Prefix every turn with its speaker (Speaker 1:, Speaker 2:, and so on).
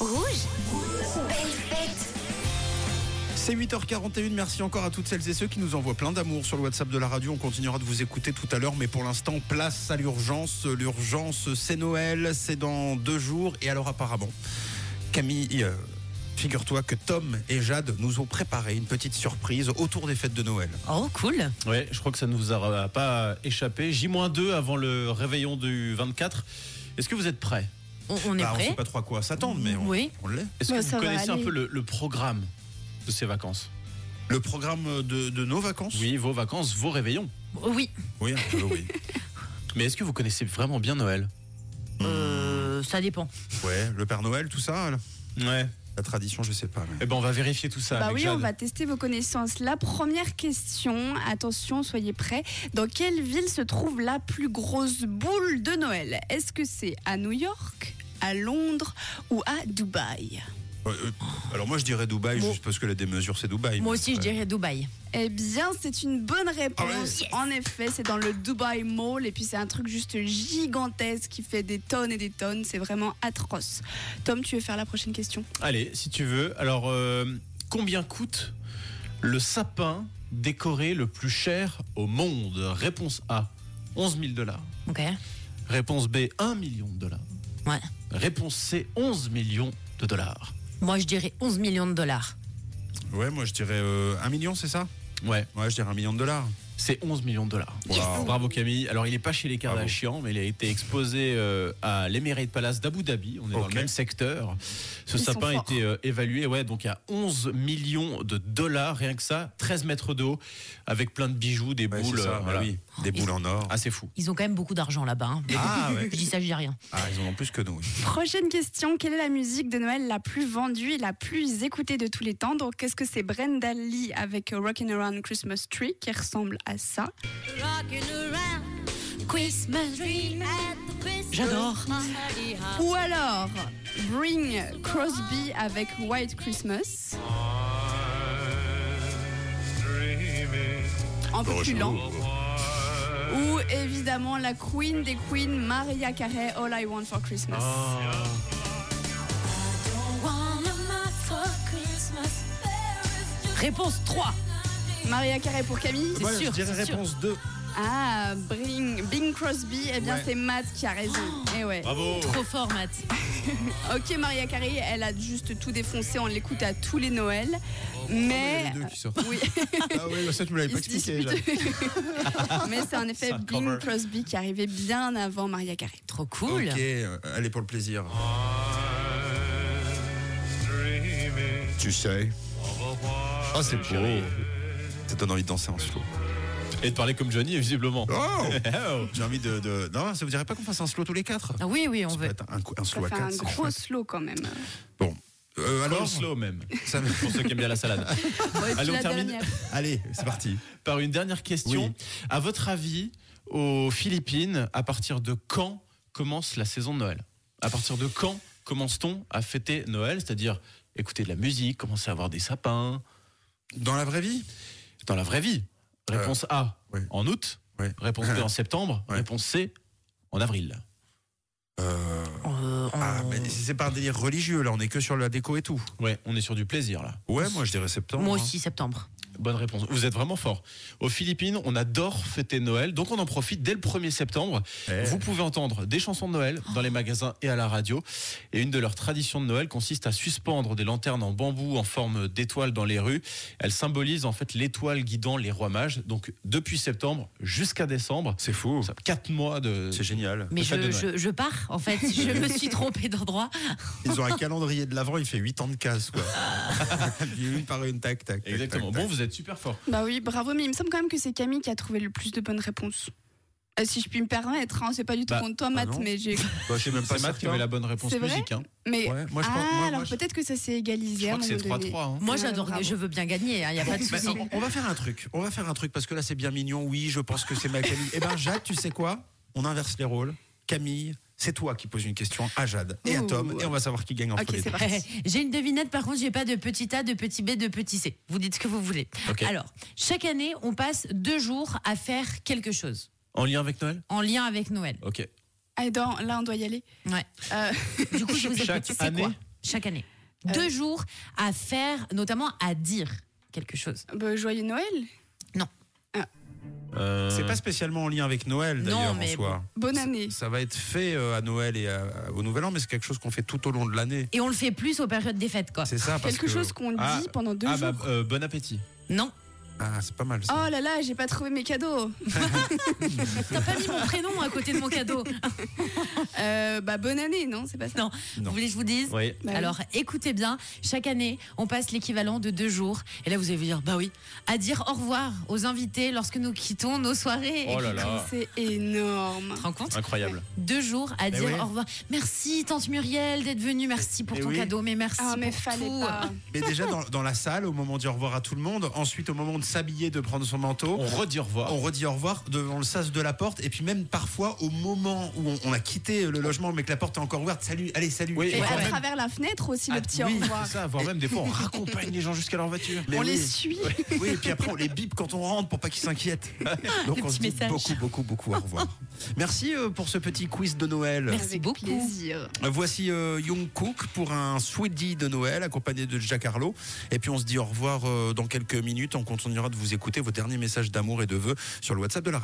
Speaker 1: Rouge. Belle fête.
Speaker 2: C'est 8h41, merci encore à toutes celles et ceux qui nous envoient plein d'amour sur le WhatsApp de la radio. On continuera de vous écouter tout à l'heure, mais pour l'instant, place à l'urgence. L'urgence, c'est Noël, c'est dans deux jours. Et alors apparemment, Camille, euh, figure-toi que Tom et Jade nous ont préparé une petite surprise autour des fêtes de Noël.
Speaker 3: Oh, cool.
Speaker 4: Ouais, je crois que ça ne vous aura pas échappé. J-2 avant le réveillon du 24. Est-ce que vous êtes prêts
Speaker 3: On, on est
Speaker 2: Bah, on sait
Speaker 3: prêt.
Speaker 2: pas trop à quoi s'attendre, mais on,
Speaker 3: Oui.
Speaker 2: on l'est.
Speaker 4: Est-ce que
Speaker 5: Bah,
Speaker 4: vous
Speaker 5: ça va
Speaker 4: connaissez un
Speaker 5: aller.
Speaker 4: peu le, le programme de ces vacances
Speaker 2: Le programme de, de nos vacances
Speaker 4: Oui, vos vacances, vos réveillons.
Speaker 3: Oui.
Speaker 2: Oui, un peu, oui.
Speaker 4: Mais est-ce que vous connaissez vraiment bien Noël
Speaker 2: Hmm.
Speaker 3: Euh, ça dépend.
Speaker 2: Ouais, le Père Noël, tout ça, la,
Speaker 4: Ouais.
Speaker 2: la tradition, je sais pas. mais-
Speaker 4: Eh ben, on va vérifier tout ça
Speaker 2: Ah,
Speaker 5: Bah
Speaker 4: avec
Speaker 5: oui,
Speaker 4: Jade.
Speaker 5: on va tester vos connaissances. La première question, attention, soyez prêts. Dans quelle ville se trouve la plus grosse boule de Noël Est-ce que c'est à New York, à Londres ou à Dubaï
Speaker 2: Ouais, euh, alors moi, je dirais Dubaï,
Speaker 3: Bon.
Speaker 2: juste parce que la démesure, c'est Dubaï.
Speaker 3: Moi
Speaker 2: mais
Speaker 3: aussi, je
Speaker 2: après-
Speaker 3: dirais Dubaï.
Speaker 5: Eh bien, c'est une bonne
Speaker 2: Ah ouais.
Speaker 5: réponse. En effet, c'est dans le Dubai Mall et puis c'est un truc juste gigantesque qui fait des tonnes et des tonnes. C'est vraiment atroce. Tom, tu veux faire la prochaine question
Speaker 4: Allez, si tu veux. Alors, euh, combien coûte le sapin décoré le plus cher au monde Réponse A 11 000 dollars.
Speaker 3: Ok.
Speaker 4: Réponse B 1 million de dollars.
Speaker 3: Ouais.
Speaker 4: Réponse C 11 millions de dollars.
Speaker 3: Moi, je dirais 11 millions de dollars.
Speaker 2: Ouais, moi je dirais euh, un million, c'est ça
Speaker 4: Ouais,
Speaker 2: Ouais, je dirais un million de dollars.
Speaker 4: c'est 11 millions de dollars.
Speaker 2: Wow.
Speaker 4: Bravo Camille. Alors il n'est pas chez les Kardashian, mais il a été exposé euh, à l'Emirate Palace d'Abu Dhabi. On est dans
Speaker 2: Ok.
Speaker 4: le même secteur. Ce
Speaker 5: Ils sont
Speaker 4: sapin
Speaker 5: forts.
Speaker 4: était euh, évalué ouais, donc à 11 millions de dollars, rien que ça, 13 mètres d'eau, avec plein de bijoux, des
Speaker 2: Ouais,
Speaker 4: boules.
Speaker 2: c'est ça,
Speaker 4: euh,
Speaker 2: bah
Speaker 4: voilà.
Speaker 2: oui. Des boules en or.
Speaker 4: Assez fou.
Speaker 3: Ils ont quand même beaucoup d'argent là-bas. hein.
Speaker 2: Ah, ouais.
Speaker 3: Je dis ça, je dis rien.
Speaker 2: Ah, ils en ont plus que nous.
Speaker 5: Prochaine question, quelle est la musique de Noël la plus vendue et la plus écoutée de tous les temps Donc, est-ce que c'est Brenda Lee avec Rockin' Around Christmas Tree qui ressemble à ça
Speaker 6: Rocking around Christmas tree at the Christmas
Speaker 3: J'adore.
Speaker 6: party hop.
Speaker 5: Ou alors Bring Crosby avec White Christmas Un
Speaker 2: Oh,
Speaker 5: peu plus lent. Ou évidemment la queen des queens, Maria Carey, All I Want for Christmas.
Speaker 4: Ah.
Speaker 6: One of my for Christmas.
Speaker 3: Réponse 3.
Speaker 5: Maria Carey pour Camille
Speaker 3: C'est sûr,
Speaker 2: je dirais
Speaker 3: c'est sûr.
Speaker 2: réponse 2.
Speaker 5: Ah, Bring, Bing Crosby, eh bien
Speaker 2: Ouais.
Speaker 5: c'est Matt qui a raison. Eh ouais.
Speaker 4: Bravo.
Speaker 3: Trop fort, Matt.
Speaker 5: Ok, Maria Carey, elle a juste tout défoncé, on l'écoute à tous les Noëls. Mais.
Speaker 2: deux qui sortent.
Speaker 5: Oui,
Speaker 2: Ah oui, bah ça tu me l'avais
Speaker 5: ils
Speaker 2: pas
Speaker 5: se
Speaker 2: expliqué.
Speaker 5: disputent. Mais c'est en effet
Speaker 4: Ça
Speaker 5: Bing
Speaker 4: cover.
Speaker 5: Crosby qui arrivait bien avant Maria Carey.
Speaker 3: Trop
Speaker 2: Jade.
Speaker 3: cool.
Speaker 2: Ok, euh, allez pour le plaisir. Tu sais. Ah, c'est beau. Ça donne envie de danser en slow.
Speaker 4: Et de parler comme Johnny, visiblement.
Speaker 2: Oh
Speaker 4: Oh.
Speaker 2: J'ai envie de, de- Non, ça vous dirait pas qu'on fasse un slow tous les quatre
Speaker 3: Ah oui, oui, on
Speaker 2: Ça peut
Speaker 3: veut.
Speaker 2: être un, cou- un
Speaker 5: Ça
Speaker 2: slow à
Speaker 5: fait un
Speaker 2: quatre. c'est
Speaker 5: gros
Speaker 2: chouette.
Speaker 5: slow quand même.
Speaker 2: Bon. Euh,
Speaker 4: Alors,
Speaker 2: alors,
Speaker 4: slow même,
Speaker 2: ça va-
Speaker 4: pour ceux qui aiment bien la salade.
Speaker 5: Bon, et puis
Speaker 4: Allez, on
Speaker 5: la
Speaker 4: termine.
Speaker 5: dernière.
Speaker 2: allez, c'est parti.
Speaker 4: Par une dernière question. À votre avis, aux Philippines, à partir de quand commence la saison de Noël À partir de quand commence-t-on à fêter Noël C'est-à-dire écouter de la musique, commencer à avoir des sapins,
Speaker 2: Dans la vraie vie
Speaker 4: dans la vraie vie. Réponse A,
Speaker 2: Euh, oui.
Speaker 4: en août.
Speaker 2: Oui.
Speaker 4: Réponse B, en septembre.
Speaker 2: Ouais.
Speaker 4: Réponse C, en avril.
Speaker 2: Euh,
Speaker 3: Euh, on-
Speaker 2: Ah, mais c'est pas un délire religieux, là, on est que sur la déco et tout.
Speaker 4: Ouais, on est sur du plaisir là.
Speaker 2: Ouais, moi je dirais septembre.
Speaker 3: Moi
Speaker 2: hein.
Speaker 3: aussi, septembre.
Speaker 4: Bonne réponse. Vous êtes vraiment fort. Aux Philippines, on adore fêter Noël, donc on en profite dès le 1er septembre.
Speaker 2: Eh.
Speaker 4: Vous pouvez entendre des chansons de Noël dans les magasins et à la radio. Et une de leurs traditions de Noël consiste à suspendre des lanternes en bambou en forme d'étoile dans les rues. Elles symbolisent en fait l'étoile guidant les rois mages. Donc depuis septembre jusqu'à décembre,
Speaker 2: C'est fou.
Speaker 4: ça- quatre mois de.
Speaker 2: C'est génial.
Speaker 3: Mais
Speaker 4: Le
Speaker 3: je,
Speaker 4: fait de
Speaker 3: je, je pars, en fait. Je me suis trompée d'endroit.
Speaker 2: Ils ont un calendrier de l'avant, il fait 8 ans de casse, quoi. Puis une par une, tac, tac. tac,
Speaker 4: Exactement.
Speaker 2: tac,
Speaker 4: Bon, vous êtes super fort.
Speaker 5: Bah oui, bravo, mais il me semble quand même que c'est Camille qui a trouvé le plus de bonnes réponses. Euh, si je puis me permettre, hein, c'est pas du tout
Speaker 4: Bah,
Speaker 5: contre toi, Matt,
Speaker 2: non.
Speaker 5: mais j'ai.
Speaker 2: tac. Bah, je sais même pas
Speaker 4: C'est Matt qui avait la bonne réponse
Speaker 5: C'est vrai
Speaker 4: musique. hein.
Speaker 5: Mais.
Speaker 2: Ouais, moi, je pense-
Speaker 5: ah,
Speaker 2: moi, moi,
Speaker 5: alors
Speaker 2: je-
Speaker 5: peut-être que ça s'est
Speaker 4: Je
Speaker 5: égalisé à
Speaker 4: crois
Speaker 5: un
Speaker 4: que c'est
Speaker 5: moment donné.
Speaker 4: 3-3. hein.
Speaker 3: Moi,
Speaker 5: Ouais,
Speaker 3: j'adore.
Speaker 5: bravo.
Speaker 3: Je veux bien gagner, il n'y a pas de
Speaker 2: Ah, Bah,
Speaker 3: souci.
Speaker 2: on- on va faire un truc. On va faire un truc parce que là c'est bien mignon. Oui, je pense que c'est ma Camille. Eh ben Jade, tu sais quoi On inverse les rôles. Camille, c'est toi qui poses une question à Jade et à Tom
Speaker 5: Ouh.
Speaker 2: et on va savoir qui gagne entre
Speaker 5: Ok,
Speaker 2: les
Speaker 5: c'est
Speaker 2: deux.
Speaker 5: parti.
Speaker 3: J'ai une devinette, par contre, j'ai pas de petit A, de petit B, de petit C. Vous dites ce que vous voulez.
Speaker 4: Ok.
Speaker 3: Alors, chaque année, on passe deux jours à faire quelque chose
Speaker 4: En lien avec Noël
Speaker 3: en lien avec Noël.
Speaker 4: Ok.
Speaker 5: Ah, dans- là, on doit y aller.
Speaker 3: Ouais.
Speaker 5: Euh,
Speaker 3: Du coup, je vous écoute.
Speaker 4: Chaque
Speaker 3: C'est
Speaker 4: année Euh.
Speaker 3: quoi chaque année. Deux jours à faire, notamment à dire quelque chose.
Speaker 5: Bah, joyeux Noël.
Speaker 4: Euh,
Speaker 2: C'est pas spécialement en lien avec Noël
Speaker 3: Non,
Speaker 2: d'ailleurs en
Speaker 3: mais
Speaker 2: soi.
Speaker 5: Bonne
Speaker 2: Ça-
Speaker 5: année.
Speaker 2: Ça va être fait euh, à Noël et à- au Nouvel An, mais c'est quelque chose qu'on fait tout au long de l'année.
Speaker 3: Et on le fait plus aux périodes des fêtes, quoi.
Speaker 2: C'est ça parce
Speaker 5: Quelque
Speaker 2: que-
Speaker 5: chose qu'on
Speaker 4: Ah,
Speaker 5: dit pendant deux
Speaker 4: ah
Speaker 5: jours.
Speaker 4: bah euh, bon appétit.
Speaker 3: Non.
Speaker 2: Ah, c'est pas mal. Ça.
Speaker 5: Oh là là, j'ai pas trouvé mes cadeaux.
Speaker 3: T'as pas mis mon prénom à côté de mon cadeau.
Speaker 5: Euh, bah bonne année, non, c'est pas ça.
Speaker 3: Non.
Speaker 2: Non.
Speaker 3: Vous voulez que je vous dise
Speaker 4: Oui.
Speaker 5: Bah oui.
Speaker 3: Alors écoutez bien, chaque année, on passe l'équivalent de deux jours. Et là, vous allez vous dire, bah oui, à dire au revoir aux invités lorsque nous quittons nos soirées.
Speaker 4: Oh là
Speaker 3: Tu
Speaker 4: là,
Speaker 5: c'est énorme.
Speaker 3: te rends compte
Speaker 4: incroyable.
Speaker 3: Deux jours à
Speaker 2: Bah
Speaker 3: dire
Speaker 2: ouais.
Speaker 3: au revoir. Merci, tante Muriel, d'être venue. Merci pour
Speaker 2: Eh
Speaker 3: ton
Speaker 2: oui.
Speaker 3: cadeau, mais merci
Speaker 5: Ah mais
Speaker 3: pour
Speaker 5: fallait
Speaker 3: tout.
Speaker 5: pas.
Speaker 2: Mais déjà dans, dans la salle, au moment de dire au revoir à tout le monde, ensuite au moment de s'habiller, de prendre son manteau.
Speaker 4: On redit au revoir.
Speaker 2: On redit au revoir devant le sas de la porte et puis même parfois au moment où on, on a quitté le logement mais que la porte est encore ouverte, salut, allez salut.
Speaker 4: Oui,
Speaker 5: Et
Speaker 4: Ouais.
Speaker 5: à
Speaker 4: Ouais.
Speaker 5: travers la fenêtre aussi
Speaker 4: Ah,
Speaker 5: le petit
Speaker 4: oui,
Speaker 5: au revoir.
Speaker 4: c'est ça, voire même des fois on raccompagne les gens jusqu'à leur voiture.
Speaker 2: Mais
Speaker 5: On
Speaker 2: oui.
Speaker 5: les suit.
Speaker 2: Oui, et puis après, on les bip quand on rentre pour pas qu'ils s'inquiètent. Donc
Speaker 3: Le
Speaker 2: on
Speaker 3: petit
Speaker 2: se dit
Speaker 3: message.
Speaker 2: beaucoup, beaucoup, beaucoup au revoir. Merci euh, pour ce petit quiz de Noël.
Speaker 3: Merci
Speaker 5: Avec
Speaker 3: beaucoup.
Speaker 5: plaisir.
Speaker 2: Euh, Voici euh, Young Cook pour un sweetie de Noël accompagné de Jack Harlow. Et puis on se dit au revoir euh, dans quelques minutes. On continuera de vous écouter vos derniers messages d'amour et de vœux sur le WhatsApp de la radio.